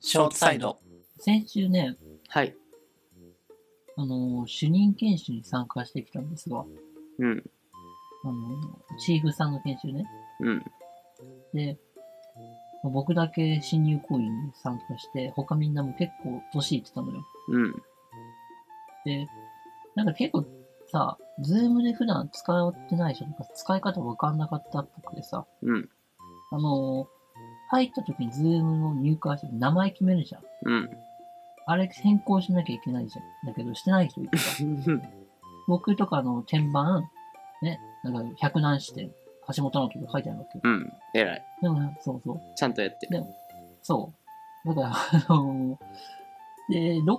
ショートサイド。先週ね、はい。あのー主任研修に参加してきたんですが、うん。あのーチーフさんの研修ね。うん。で、まあ僕だけ新入行員に参加して、他みんなも結構年いってたのよ。うん。で、なんか結構さ、ズームで普段使ってない人とか使い方わかんなかったっぽくてさ、うん。あのー入った時にズームの入会して名前決めるじゃん。うん。あれ変更しなきゃいけないじゃん。だけどしてない人いてさ。僕とかの鍵盤、ね、なんか百何視点、橋本直樹が書いてあるわけ。うん。えらい。でもね、そうそう。ちゃんとやって。でも、そう。だから、あので、どっ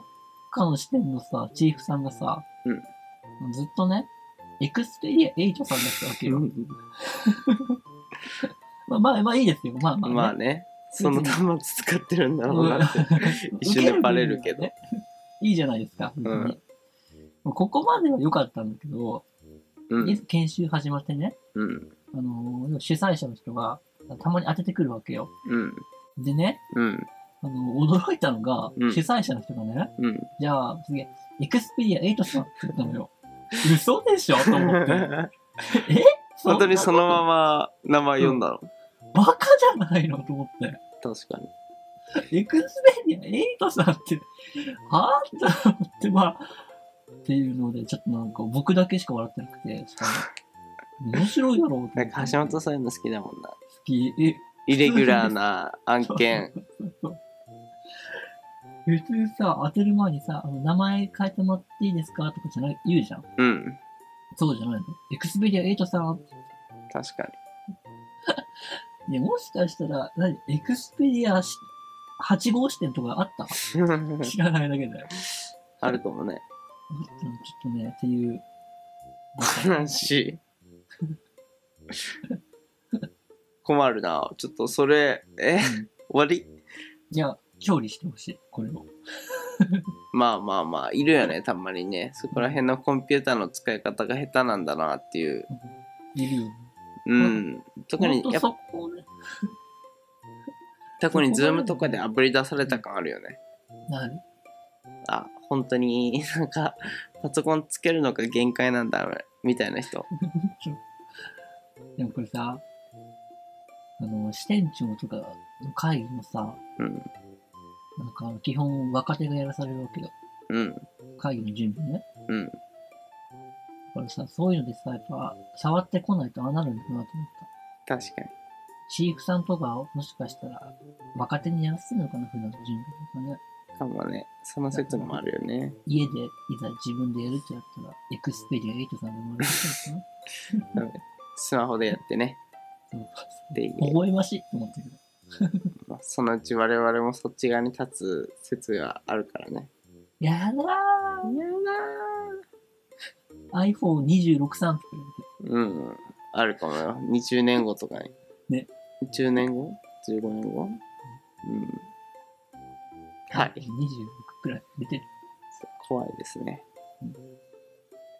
かの視点のさ、チーフさんがさ、ずっとね、エクスペリア8さんだったわけよ。まあまあ、まあいいですよ。まあまあ、ね。まあね、その端末使ってるんだろうなって。一瞬でバレるけど受ける分にはね いいじゃないですか。うん別にここまでは良かったんだけど、ういん。つ研修始まってね、うん。あの主催者の人がたまに当ててくるわけよ。うん。でね、うん。あの驚いたのが、うん主催者の人がね、うん。じゃあ次、エクスペリア8さんって言ったのよ。嘘でしょと思って。 本当にそのまま。ま名前読んだの。バカじゃないのと思っ確かに。て。エクスペリア8さんって、はぁと思って、まあ、っていうので、ちょっとなんか僕だけしか笑ってなくて、しかも、面白いだろうと思って。 なんか橋本さんいうの好きだもんな。好き。え、イレギュラーな案件。普通さ、当てる前にさ、あの名前変えてもらっていいですかとかじゃない、言うじゃん。うん。そうじゃないの。エクスペリア8さん。確かね、もしかしたら、何エクスペリア8号支店とかあっ たに。知らないだけだよ。ちあるかもね。ょっとね、っ ていう。悲 しい。困るな。ちょっとそれ、えうん終わりいや、調理してほしい、これを。まあまあまあ、いるよね、たまにね。そこら辺のコンピューターの使い方が下手なんだなっていう。いるよ。うん。特に、ほんやとっぱそこね。特にズームとかで炙り出された感あるよね。なる。あ、本当に なんか、パソコンつけるのが限界なんだ、みたいな人。 でもこれさ、あの、支店長とかの会議もさ、うん。なんか基本若手がやらされるわけよ。うん。会議の準備ね。うん。だからさ、そういうのでさ、やっぱ、触ってこないとああなるんだなと思った。確かに。チーフさんとか、もしかしたら、若手にやらせてるのかな、普段の準備とかね。かもね。その説もあるよね。家で、いざ自分でやるってやったら、エクスペリア8さんでもらったのかスマホでやってね。なでいいね そう。微笑ましいと思ったけど。まあ、そのうち我々もそっち側に立つ説があるからね。やだー !iPhone26 産品うん。あるかもよ。20年後とかに。ね。 10年後 ?15 年後うん。はい。 26くらい出てるそう怖いですね。うん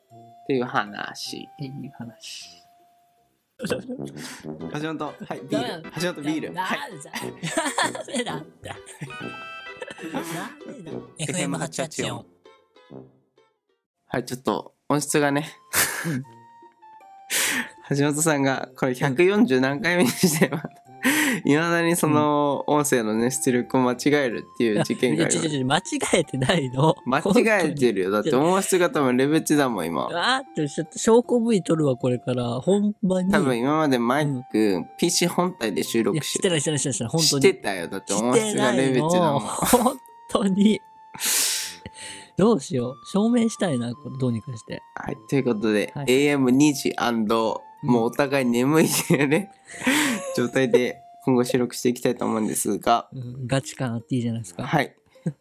っていう話。っていう話。橋本、はい、ビダメなーのル。橋本、ビール。はい。なんでだ。なんでだって。なんでだ。FM 八八四。はい、ちょっと音質がね。橋本さんがこれ140何回目にしてます。いまだにその音声のね出力を間違えるっていう事件がありちょちょちょ間違えてないの。ます間違えてるよだって音質が多分レベチだもん今あーってちょっと証拠部位取るわこれから本番に。多分今までマイク、PC 本体で収いや録ししててないしてないしてないしてない本当しに。てたよだって音質がレベチだもんしてないの本当に。どうしよう証明したいなこれどうにかして。はい、ということで、はい AM2 時もうお互い眠いっていう ね、状態で今後収録していきたいと思うんですが、うんガチ感あっていいじゃないですか。はい。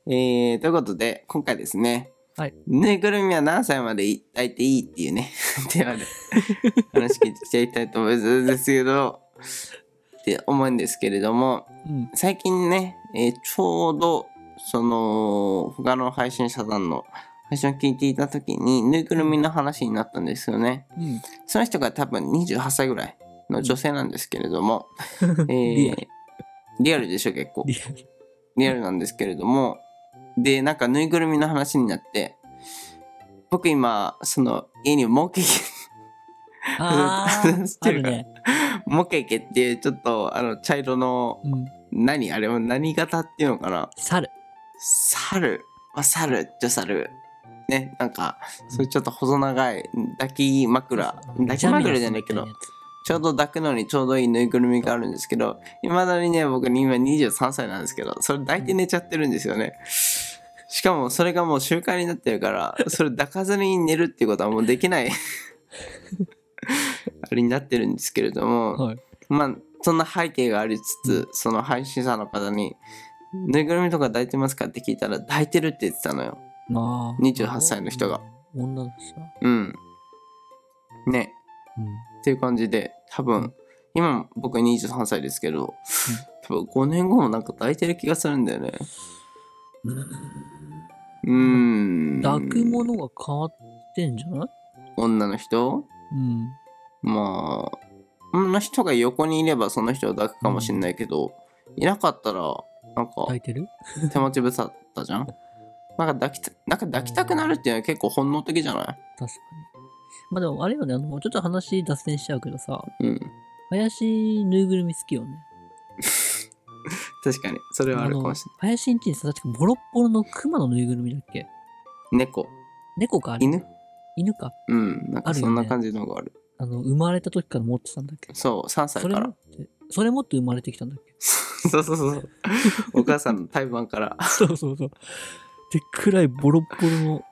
えー、ということで、今回ですね、はいぬいぐるみは何歳まで抱いていいっていう ね、テーマで話聞いていきたいと思うんですけど、って思うんですけれども、うん最近ね、えーちょうどその他の配信者さんの配信を聞いていた時にぬいぐるみの話になったんですよね。うん。その人が多分28歳ぐらい の女性なんですけれども、えーリアリアルでしょ結構。リアルリアルなんですけれどもでなんかぬいぐるみの話になって僕今その家に モケケあ 知っあ、あてるるかね。モケケっていうちょっとあの茶色のうん。何あれは何型っていうのかな猿。猿、まあ、猿っちゃ猿ねなんかそういうちょっと細長い抱き枕抱き枕じゃないけどちょうど抱くのにちょうどいいぬいぐるみがあるんですけど、いまだにね、僕今23歳なんですけど、それ抱いて寝ちゃってるんですよね。しかもそれがもう習慣になってるから、それ抱かずに寝るっていうことはもうでき ない、あれになってるんですけれども、はいまあ、そんな背景がありつつ、その配信者の方に、ぬいぐるみとか抱いてますかって聞いたら、抱いてるって言ってたのよ。まあ。 28歳の人が。女の人だ。うん。ね。っていう感じで多分今僕23歳ですけど、多分5年後もなんか抱いてる気がするんだよねうーうんん。抱くものが変わってんじゃない女の人うん。まあ女の人が横にいればその人を抱くかもしれないけど、いなかったらなんか抱いてる手持ちぶさったじゃんなんか抱きたなんか抱きたくなるっていうのは結構本能的じゃな確かに。まあでもあれよね、あのちょっと話脱線しちゃうけどさ、いうん林ぬいぐるみ好きよね。確かにそれはあるかもしれあの林んちにさ、確かボロッボロの熊のぬいぐるみだっけない猫猫かあれ犬犬か。うんなんかそんな感じのがあるあの、生まれた時から持ってたんだっけそう3歳かそれ持らって、それ持って生まれてきたんだっけ そうそうそう。お母さんの胎盤から。 そうそうそう。でっくらいボロッボ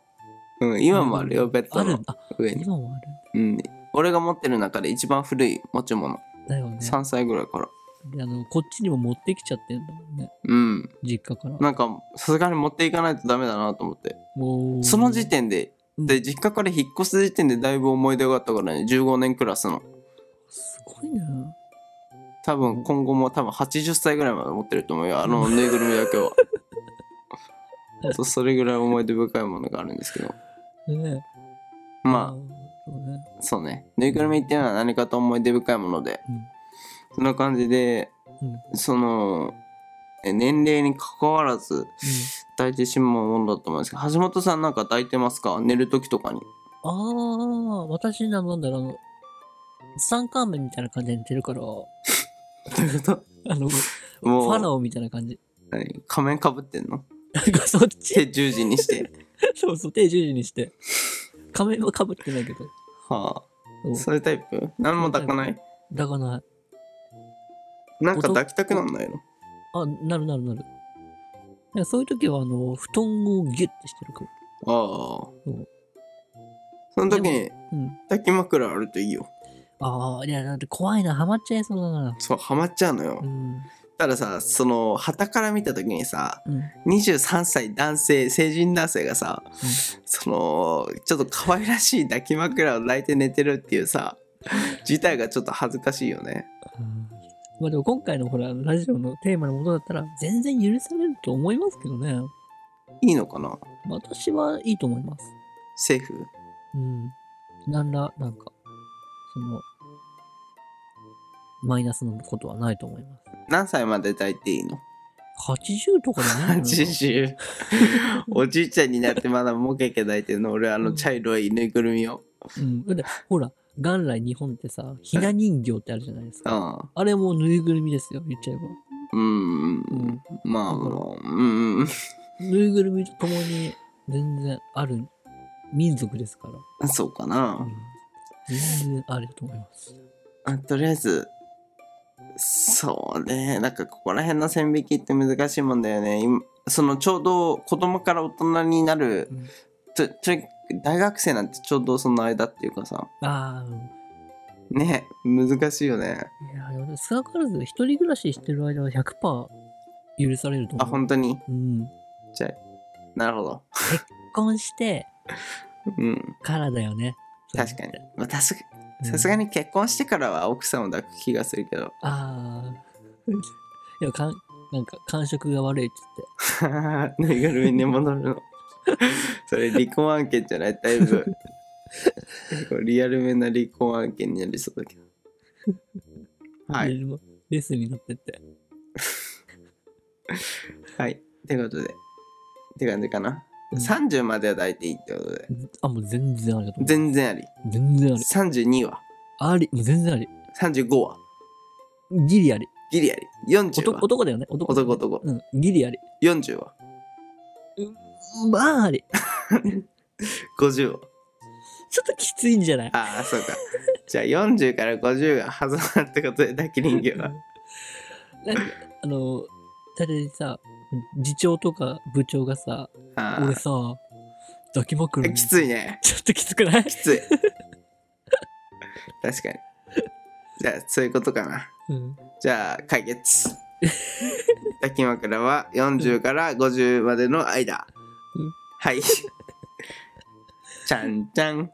ロの。うん、今もあるよ、ベッドあるの、あ、上に。今もあるうん。俺が持ってる中で一番古い持ち物。んだよね。 3歳ぐらいから。であの、こっちにも持ってきちゃってんだもんね。うん。実家から。なんか、さすがに持っていかないとダメだなと思って。もうその時点で、うんで、実家から引っ越す時点でだいぶ思い出があったからね、15年クラスの。すごいな。多分今後も多分80歳ぐらいまで持ってると思うよ、あ のぬいぐるみだけは。そうそれぐらい思い出深いものがあるんですけど。ねまあ、あ。そうね。そうね。ぬいぐるみっていうのは何かと思い出深いもので、うんそんな感じで、その、え年齢に関わらず抱いてしまうものだと思うんですけど、橋本さんなんか抱いてますか寝る時とかに。うん。ああ、私な、なんだろう、あの、三冠目みたいな感じで寝てるから、あ の、フもう、ァラオみたいな感じ。何仮面かぶってん のなんかそっち、手十字にして。そうそう、手十字にして。仮面はかぶってないけど。はあ。そうそういうタイプ何も抱かないだからない。なんか抱きたくなんないのあ、なるなるなる。なんかそういう時は、あの、布団をギュッてしてるかも。あうんあ。その時にうん。抱き枕あるといいよ。ああ、いや、だって怖いな、ハマっちゃいそうだな。そう、ハマっちゃうのよ。うん。たださ、その、旗から見た時にさ、うん。 23歳男性成人男性がさ、そのちょっと可愛らしい抱き枕を抱いて寝てるっていうさ自体がちょっと恥ずかしいよねまあでも今回のほら、ラジオのテーマのもとだったら、全然許されると思いますけどね。いいのかな私はいいと思います。セーフうん。なんら、なんか、その、マイナスのことはないと思います。何歳まで抱いていいの80とかでないの ?80 おじいちゃんになってまだモケケ抱いてるの俺あの茶色いぬいぐるみをうん。だって、ほら、元来日本ってさ、ひな人形ってあるじゃないですか。うんあれもぬいぐるみですよ、言っちゃえば。うんうんまあだからうんうんぬいぐるみと共に全然ある民族ですから。そうかうなん全然あると思います。あとりあえずそうねなんかここら辺の線引きって難しいもんだよね今そのちょうど子供から大人になるうんちょちょ大学生なんてちょうどその間っていうかさああ、うんね難しいよねいや、でも少なからず一人暮らししてる間は100%許されると思あう。本当にうん。じゃあなるほど結婚してうんからだよね。確かに、まあ、たすうんさすが。に結婚してからは奥さんを抱く気がするけどああ。 いや、かん、なんか感触が悪いっつって。 ぬいぐるみに戻るの それ離婚案件じゃないだいぶ結構リアルめな離婚案件になりそうだけどはいで。レスになってって。はい。ってことで。って感じかな。うん30までは大体いいってことで。あ、もう全然ありだと思う。全然あり。全然あり。 32はあり、もう全然あり。 ?35 はギリあり。ギリあり。40は男男だよね。男男男。うん、ギリあり。 40はまああり。 50はちょっときついんじゃないああ、そうか。じゃあ40から50がハズマってことで、抱き人形は。なんかあの、だってさ、次長とか部長がさ、あ俺ーさ、抱き枕にきついね。ちょっときつくないきつい。確かに。じゃあ、そういうことかな。うん。じゃあ、解決。抱き枕は40から50までの間。うんはい。ちゃんちゃん。